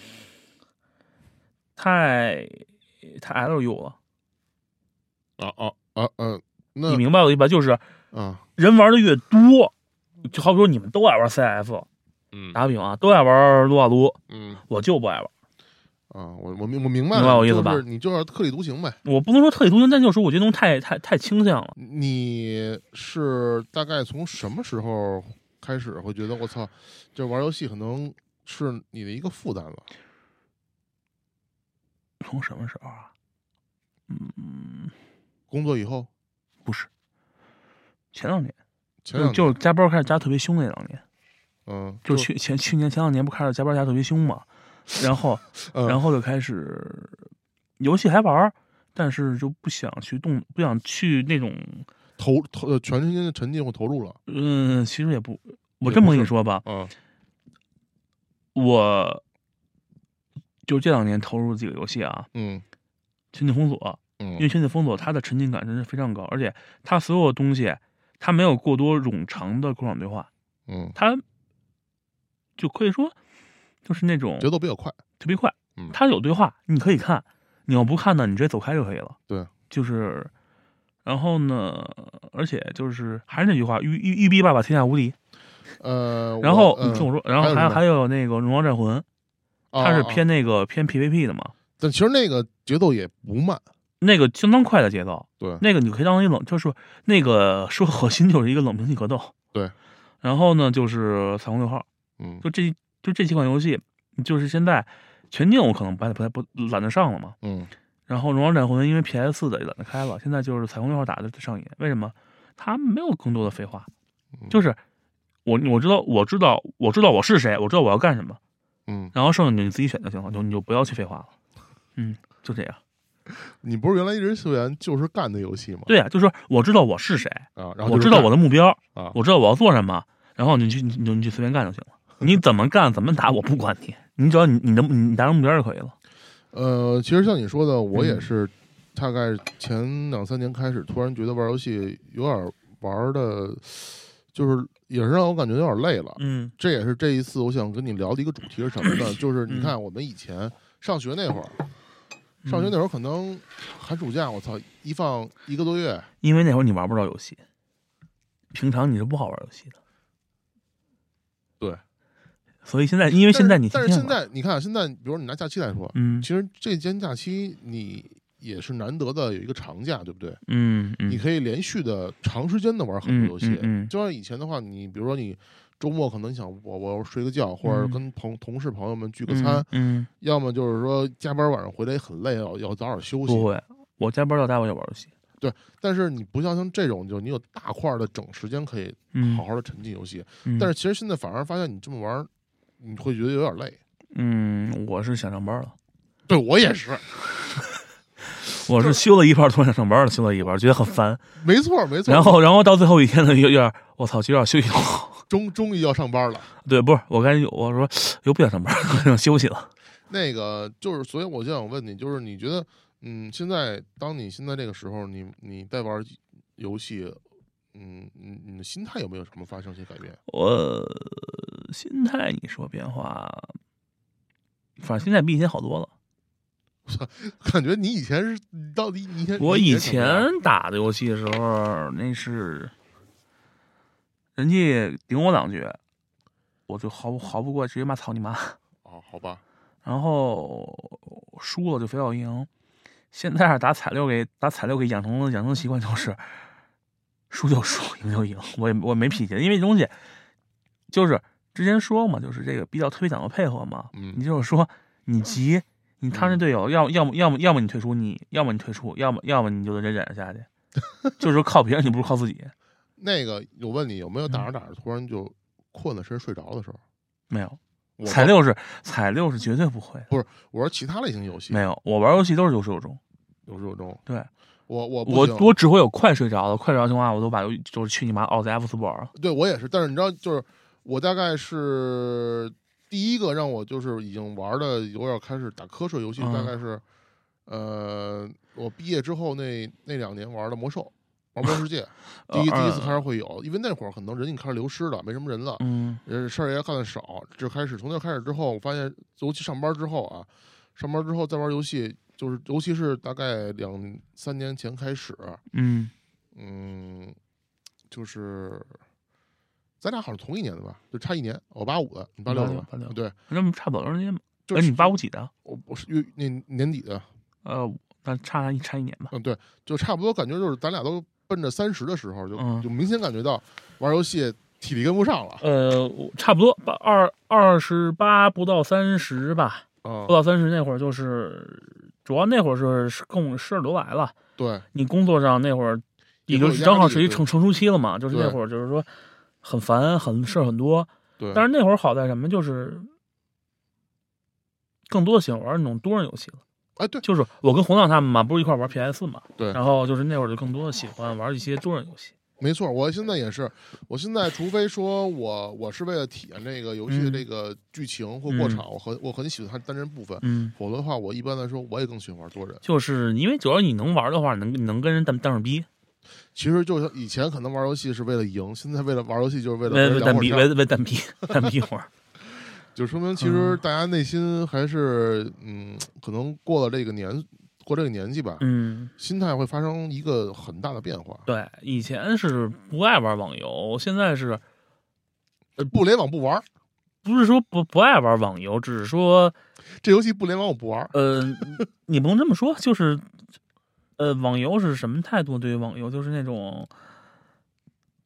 太太 LU 了，
啊啊啊呃，那
你明白我的意思吧？就是
啊
人玩的越多，就好比说你们都爱玩 CF，
嗯
打个比方啊，都爱玩撸啊撸，
嗯
我就不爱玩。
啊，我我明我明白了，
明白我意思
就
吧
是你就是特立独行呗。
我不能说特立独行，但就是我觉得那种太太太倾向了。
你是大概从什么时候开始会觉得我操，这玩游戏可能是你的一个负担了？
从什么时候啊？嗯，
工作以后，
前两年，
前
就
两
就是加班开始加特别凶那两年，
嗯，
就去前去年前两年不开始加班加特别凶 嘛，然后
嗯
然后就开始游戏还玩儿，但是就不想去动，不想去那种，
投投呃全身心的沉浸或投入了，
嗯、其实也不，我
也
这么
不
跟
是
你说吧，
嗯
我就这两年投入几个游戏啊，
嗯
《全境封锁》，因为
嗯
《全境封锁》它的沉浸感真是非常高，而且它所有东西它没有过多冗长的过场对话，
嗯，
它就可以说就是那种
节奏比较快，
特别快
嗯，
它有对话，你可以看，你要不看呢，你直接走开就可以了。
对，
就是，然后呢，而且就是还是那句话，玉玉玉逼爸爸天下无敌。
呃，
然后
嗯
你听我说，然后
还有
还
什
有
么
还有那个《荣耀战魂》，
啊
它是
啊啊
偏那个偏 PVP 的嘛，
但其实那个节奏也不慢，
那个相当快的节奏，
对
那个你可以当一冷，就是那个 说核心就是一个冷兵器格斗，
对。
然后呢，就是《彩虹六号》，
嗯
就这就这几款游戏，就是现在全境我可能不太不太不懒得上了嘛，
嗯
然后《荣耀战魂》因为 PS 四的也懒得开了，现在就是《彩虹六号》打的最上瘾。为什么？它没有更多的废话，就是我我知道我知道我知道我是谁，我知道我要干什么，
嗯，
然后剩下你自己选就行了，就你就不要去废话了。嗯，就这样。
你不是原来一直球员就是干的游戏吗？
对呀、啊就是我知道我是谁，
啊，然后
我
就是
知道
干
我的目标，
啊
我知道我要做什么，然后你去你就你去随便干就行了。你怎么干怎么打我不管你，你只要你你的你达成目标就可以了。
呃，其实像你说的，我
嗯
也是大概前两三年开始，突然觉得玩游戏有点玩的，就是也是让我感觉有点累了。
嗯
这也是这一次我想跟你聊的一个主题是什么呢？就是
嗯
你看我们以前上学那会儿，上
嗯
学那会儿可能寒暑假，我操，一放一个多月，
因为那会儿你玩不着游戏，平常你是不好玩游戏的。
对，
所以现在，因为
因
现在你
但是
天天
但是现
玩，
在你看，啊现在比如你拿假期来说，
嗯
其实这间假期你也是难得的有一个长假，对不对？
嗯嗯，
你可以连续的长时间的玩很
嗯
多游戏。
嗯嗯
就像以前的话，你比如说你周末可能想我我睡个觉，或者
嗯
跟朋同事朋友们聚个
嗯
餐，
嗯，
要么就是说加班晚上回来也很累，要要早点休
不
息。
会，我加班到单位玩游戏，
但是你不像像这种，就你有大块儿的整时间可以
嗯
好，好的沉浸游戏。
嗯
但是其实现在反而发现你这么玩儿，你会觉得有点累。
嗯，我是想上班了，
对我也是，
我是休了一半，突然想上班了，休了一半，觉得很烦，
没错儿没错 儿。
然后然后到最后一天呢，有有点，我操，就有点休息了。
终终于要上班了。
对，不是，我刚才有我说又不想上班， 想休息了。
那个就是，所以我就想问你，就是你觉得，嗯，现在当你现在这个时候，你你在玩游戏，嗯，你你的心态有没有什么发生一些改变？
我心态你说变化，反正现在比以前好多了。
感觉你以前是你到底你以前
我
你
以
以前什么
前打的游戏的时候，那是人家顶我两句，我就毫不毫不过直接骂操你妈，
样哦，好吧，
然后输了就非要赢。现在打彩六给打彩六给养成了养成的习惯就是，输就输，赢就赢。我也我没脾气，因为这东西就是之前说嘛，就是这个比较特别讲究配合嘛。
嗯
你就是说你急，你他那队友要要么要么要么你退出，你要么你退出，要么要么你就得忍下去，就是靠别人，你不是靠自己。
那个我问你有没有打着打着突然就困了身睡着的时候？
没有
我
彩六是彩六是绝对不会的，
我说其他类型游戏
没有我玩游戏都是有始有终。
有这种，
对
我我不
我
行
我只会有快睡着的，快睡着的情况下，我都把游就是去你妈奥 F 四不玩了。
对我也是，但是你知道，就是我大概是第一个让我就是已经玩的有点开始打瞌睡游戏，
嗯
大概是呃我毕业之后那那两年玩的魔兽。玩魔兽 世界，第一
呃
第一次开，始会有，因为那会儿可能人已经开始流失了，没什么人了，
嗯
呃，事儿也干的少，就开始从那开始之后，我发现，尤其上班之后啊，上班之后再玩游戏，就是尤其是大概两三年前开始，
嗯，
嗯，就是咱俩好像同一年的吧，就差一年，我八五的，你八六的吧？
八六八六
对，
那么差不多长时间吧。
就
嗯哎，
是
你八五几的？
我我是月那年底的，
呃，那差一差一年吧。
嗯，对，就差不多，感觉就是咱俩都奔着三十的时候，就、
嗯
就明显感觉到玩游戏体力跟不上了，
呃，我差不多，把二二十八不到三十吧，
嗯
啊、
不到三十那会儿就是，主要那会儿是是更事儿都来了，
对，
你工作上那会儿，
也
也
会
就
有压
是正好
力
是一
对
成成熟期了嘛，就是
对
那会儿就是说很烦，很事儿很多。
对，
但是那会儿好在什么，就是更多喜欢玩那种多人游戏了。
哎，对，
就是我跟红亮他们嘛，不是一块儿玩 PS 嘛，
对
然后就是那会儿就更多的喜欢玩一些多人游戏。
没错，我现在也是，我现在除非说我我是为了体验这个游戏的
嗯
这个剧情或过
嗯
场，我很我很喜欢它单人部分，
嗯，
否则的话，我一般来说我也更喜欢玩多人。
就是因为主要你能玩的话，能你能跟人蛋蛋上逼，
其实就是以前可能玩游戏是为了赢，现在为了玩游戏就是为了
为为
跟人聊
蛋
会儿
逼，
天儿，
为为蛋逼蛋逼会儿。
就说明其
嗯
实大家内心还是嗯，可能过了这个年过这个年纪吧，
嗯，
心态会发生一个很大的变化。
对，以前是不爱玩网游，现在是
呃，不联网不玩儿，
不是说不不爱玩网游，只是说
这游戏不联网我不玩儿。
呃，你不能这么说，就是，呃，网游是什么态度？对于网游，就是那种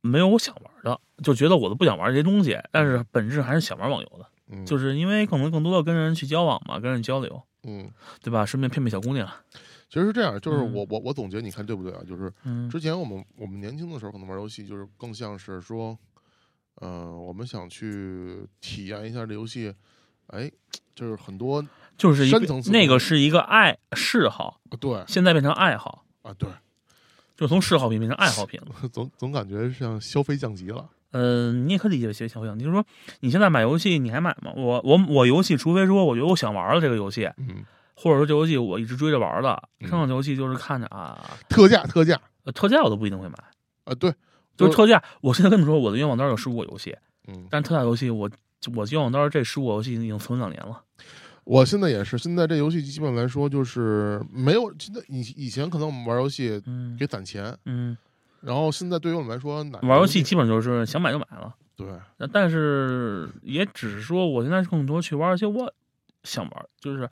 没有我想玩的，就觉得我都不想玩这些东西，但是本质还是想玩网游的，
嗯，
就是是因为可能更多的跟人去交往嘛，跟人交流，
嗯，
对吧？顺便骗骗小姑娘，
其实是这样，就是
嗯
我我我总结，你看对不对啊？就是
嗯
之前我们我们年轻的时候，可能玩游戏就是更像是说，呃，我们想去体验一下这游戏，哎，就是很多啊
就是一
深层次
个
的
那个是一个爱嗜好，
对
现在变成爱好，
啊对，
就从嗜好品变成爱好品了。
总总感觉像消费降级了。
呃，你也可以理解为学小姑娘，就是说你现在买游戏你还买吗？我我我游戏，除非说我觉得我想玩了这个游戏，
嗯，
或者说这游戏我一直追着玩的，
嗯
剩下的游戏就是看着啊，
特价特价
呃特价我都不一定会买，
啊，对，
就是特价。我现在跟你们说，我的愿望单有十五个游戏，
嗯，
但是特价游戏我我愿望单这十五个游戏已经存两年了。
我现在也是，现在这游戏基本来说就是没有，现在以以前可能我们玩游戏
嗯
给攒钱，
嗯，
然后现在对于我们来说，哪
玩游戏基本就是想买就买了，
对
那但是也只是说我现在更多去玩，而且我想玩，就是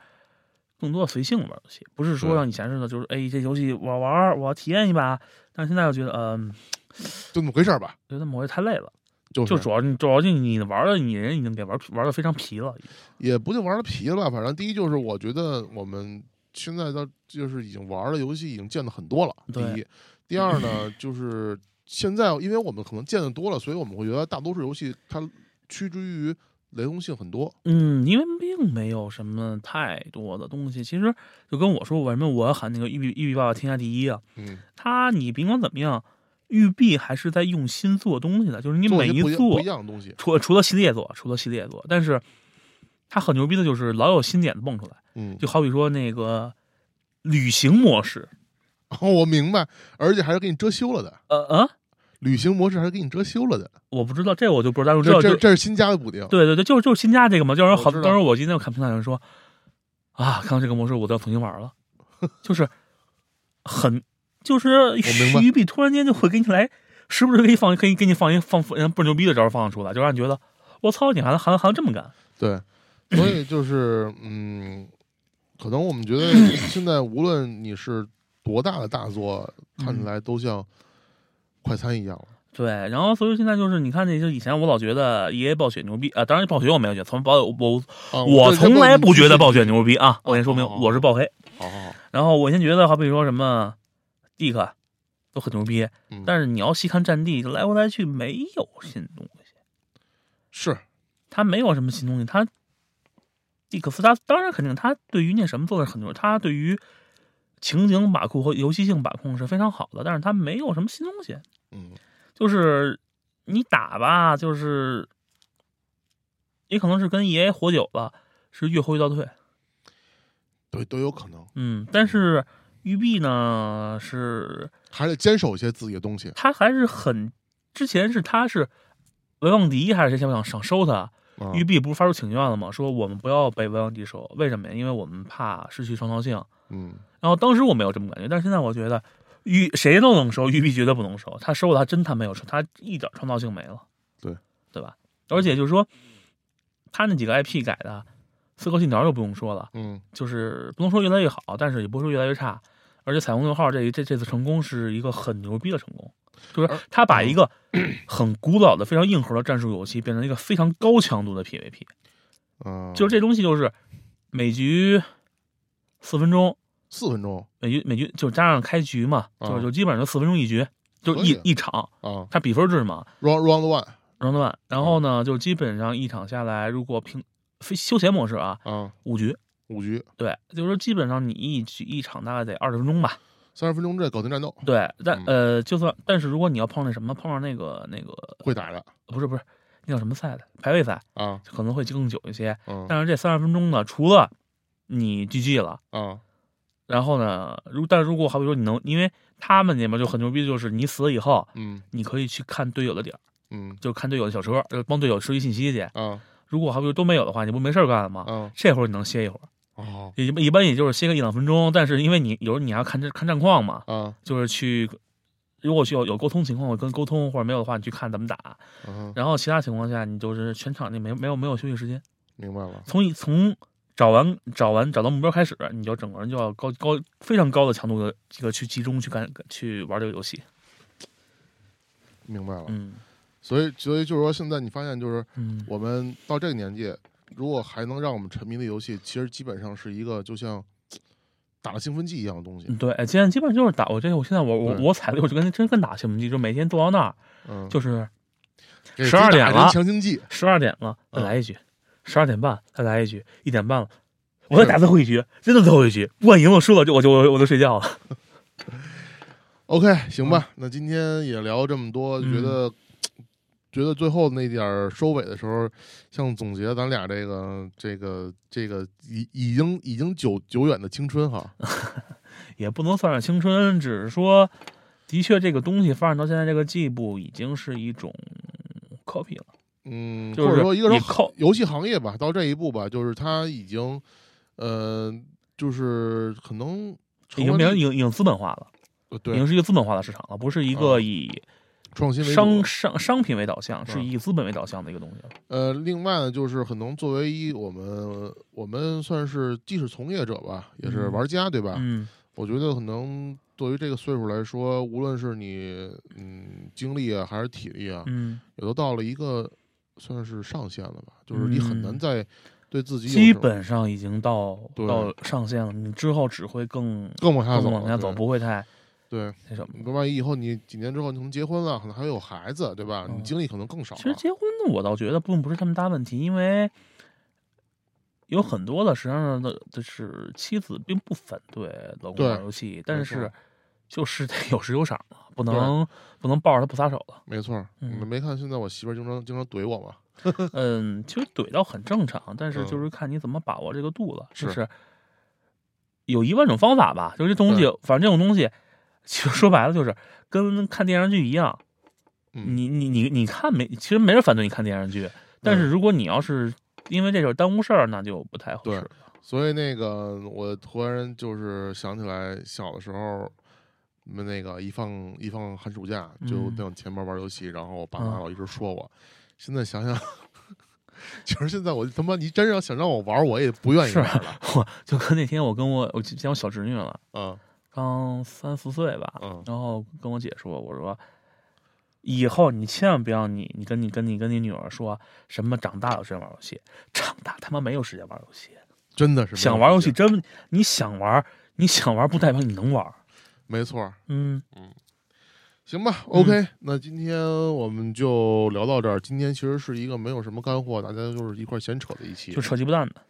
更多的随性玩游戏，不是说
对
像以前似的，就是哎这游戏我玩我要体验一把，但是现在我觉得嗯、
就那么回事儿吧，
觉得某些太累了。
就是
就主要主要就你玩的你人已经给玩玩的非常疲了，
也不就玩的皮了吧，反正第一就是我觉得我们现在到就是已经玩的游戏已经见的很多了，第
对
一，第二呢就是现在因为我们可能见的多了，所以我们会觉得大多数游戏它趋之于雷同性很多，
嗯，因为并没有什么太多的东西。其实就跟我说，为什么我要喊那个育碧育碧爸爸天下第一啊？
嗯，
他你甭管怎么样，育碧还是在用心做东西的，就是你
做
每
些不一
做
不一，样的东西，
除除了系列作，除了系列作，但是他很牛逼的就是老有新点子蹦出来，
嗯，
就好比说那个旅行模式，
我明白，而且还是给你遮羞了的，
呃啊，
旅行模式还是给你遮羞了的，
我不知道这我就不知道，
这
就
这这是新加的补丁，
对对对，就是就是新加这个嘛，就是
我
好，
知道
当时我今天看评论有人说，啊，看到这个模式我都要重新玩了，就是很就是
明白
徐币突然间就会给你来，时不时给你放可以给你放一放放倍儿牛逼的招儿放出来，就让你觉得我操，你还能还能还能这么干？
对，所以就是嗯，可能我 们觉得现在无论你是多大的大作，看
嗯
起来都像快餐一样了。
对，然后所以现在就是你看那就以前我老觉得 EA 暴雪牛逼啊，当然暴雪我没有觉得，从暴我
啊
我从来不觉得暴
雪。
雪牛逼啊，我先说明
哦
我是暴黑，
好好好，
然后我先觉得好比说什么 Dick 啊都很牛逼，
嗯
但是你要细看战地，来回来去没有新东西，
是
他没有什么新东西，他 Dick 斯他当然肯定他对于那什么做的很牛，他对于情景把控和游戏性把控是非常好的，但是他没有什么新东西，
嗯
就是你打吧，就是也可能是跟 E A 活久了，是越活越倒退。
都都有可能，
嗯，但是育碧呢，是
还得坚守一些自己的东西
他还是很之前是他是维旺迪还是谁想想想收他，
啊。
育碧不是发出请愿了吗？说我们不要被维旺迪收，为什么呀？因为我们怕失去创造性。
嗯，
然后当时我没有这么感觉，但是现在我觉得育谁都能收，育碧绝对不能收。他收了，他真他没有收，他一点创造性没了，
对
对吧？而且就是说，他那几个 IP 改的，《刺客信条》就不用说了，
嗯
就是不能说越来越好，但是也不会说越来越差。而且《彩虹六号这》一这这次成功是一个很牛逼的成功，就是他把一个很古老的、非常硬核的战术游戏变成一个非常高强度的 PVP。
啊，
就是这东西就是每局四分钟，
四分钟
每局每局就加上开局嘛，
啊
就是就基本上就四分钟一局，就
可以
一一场，
啊
它比分制嘛，
，round round one
然后呢，然后呢，就基本上一场下来，如果平非休闲模式啊，
啊，
五局，
五局
对，就是说基本上你一局一场大概得二十分钟吧，
三十分钟之内搞定战斗，
对，但呃，就算但是如果你要碰那什么，碰上那个那个
会打的
不是不是那叫什么赛的排位赛，
啊，
可能会更久一些，
嗯
但是这三十分钟呢，除了你 GG 了。
啊，
然后呢，如但如果好比说你能，因为他们那边就很牛逼，就是你死了以后，
嗯
你可以去看队友的点儿，
嗯
就看队友的小车，呃帮队友收集信息去。
啊
如果好比说都没有的话，你不没事儿干了吗？
啊
这会儿你能歇一会儿，
哦
也一般也就是歇个一两分钟。但是因为你有时候你还要看这看战况嘛，
啊
就是去如果去有有沟通情况，我跟沟通或者没有的话，你去看怎么打。
啊，
然后其他情况下，你就是全场你没没有没有休息时间，
明白了，
从一从找完找完找到目标开始，你就整个人就要高高非常高的强度的这个去集中去干去玩这个游戏。
明白了。
嗯
所以所以就是说，现在你发现就是
嗯，
我们到这个年纪，如果还能让我们沉迷的游戏，其实基本上是一个就像打了兴奋剂一样的东西。
对，哎现在基本上就是打我这我现在我我
对
我踩的我就跟真跟打兴奋剂，就每天坐到那儿
嗯，
就是
给自己
12点
打一针
了
强心剂，
十二点了再
嗯
来一局，十二点半再来一局，一点半了。我再打最后一局，真的最后一局，不管赢了输了，就我就我就睡觉了。
OK，行吧，那今天也聊这么多，
嗯
觉得觉得最后那点儿收尾的时候，像总结咱俩这个这个这个已已经已经久久远的青春哈，
也不能算是青春，只是说，的确这个东西发展到现在这个地步，已经是一种 copy 了。
嗯，
就是
或者说一个
你
人
靠
游戏行业吧，到这一步吧，就是他已经呃，就是可能
已
成
经
为
变
了
成影影资本化了，
呃
已
对
经是一个资本化的市场了，不是一个
啊
以
创新为
商
主。
商商品为导向，是
嗯
以资本为导向的一个东西了。
呃，另外呢，就是可能作为一我们我们算是既是从业者吧，也是
嗯
玩家对吧？
嗯，
我觉得可能对于这个岁数来说，无论是你嗯精力啊，还是体力啊，
嗯，
也都到了一个算是上限了吧，就是你很难
嗯
再对自己有
基
什么
本上已经到
对
到上限了，你之后只会更
更往下
更
走，
往下走，
对
不会太
对。
那什么。
万一以后你几年之后你可能结婚了，可能还会有孩子，对吧？
嗯
你精力可能更少啊
其实
了。
结婚的我倒觉得并不是他们大问题，因为有很多的实际上的就是妻子并不反对老公
对
玩游戏，但
没
是
错
就是得有时有赏嘛，不能不能抱着他不撒手了。
没错儿，你
嗯
们没看现在我媳妇儿经常经常怼我嘛，
嗯，其实怼倒很正常，但是
嗯
就是看你怎么把握这个度了。就是是有一万种方法吧，就是这东西，反正这种东西，其实说白了就是跟看电视剧一样，
嗯
你你你你看没，其
嗯
实没人反对你看电视剧，但是如果你要是因为这事儿耽误事儿，那就不太合
对
适。
所以那个我突然就是想起来小的时候。我们那个一放一放寒暑假就
嗯
在我前面玩游戏，然后我爸
嗯
妈老一直说我。现在想想， 其实现在我他妈你真要想让我玩，我也不愿意
是
玩了。
我就跟那天我跟我我见我小侄女了，
嗯
刚三四岁吧，
嗯
然后跟我姐说，我说以后你千万不要你你跟你跟你跟你女儿说什么长大有时间玩游戏，长大他妈没有时间玩游戏，
真的是没有
想玩游
时
戏
间，
真你想玩你想玩不代表你能玩，
没错儿。
嗯
行吧，OK，、那今天我们就聊到这儿。今天其实是一个没有什么干货，大家就是一块儿闲扯的一期
就。扯鸡不蛋的，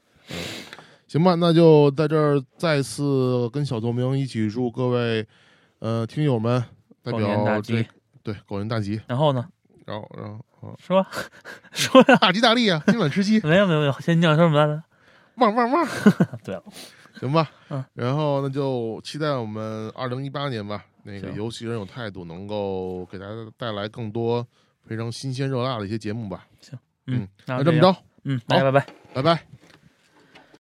行吧，那就在这儿再次跟小透明一起祝各位呃听友们代
狗年大
表
吉
这，对狗年大吉，
然后呢
然后然后、啊
说说 呀、
大吉大利啊，今晚 吃鸡，
没有没有没有，先讲什么来着？
旺旺旺。
对了，
行吧，
嗯，
然后那就期待我们二零一八年吧，那个
行
游戏人有态度能够给大家带来更多非常新鲜热辣的一些节目吧。
嗯
嗯，
那
那这么，着，
嗯，大家拜拜。
拜拜。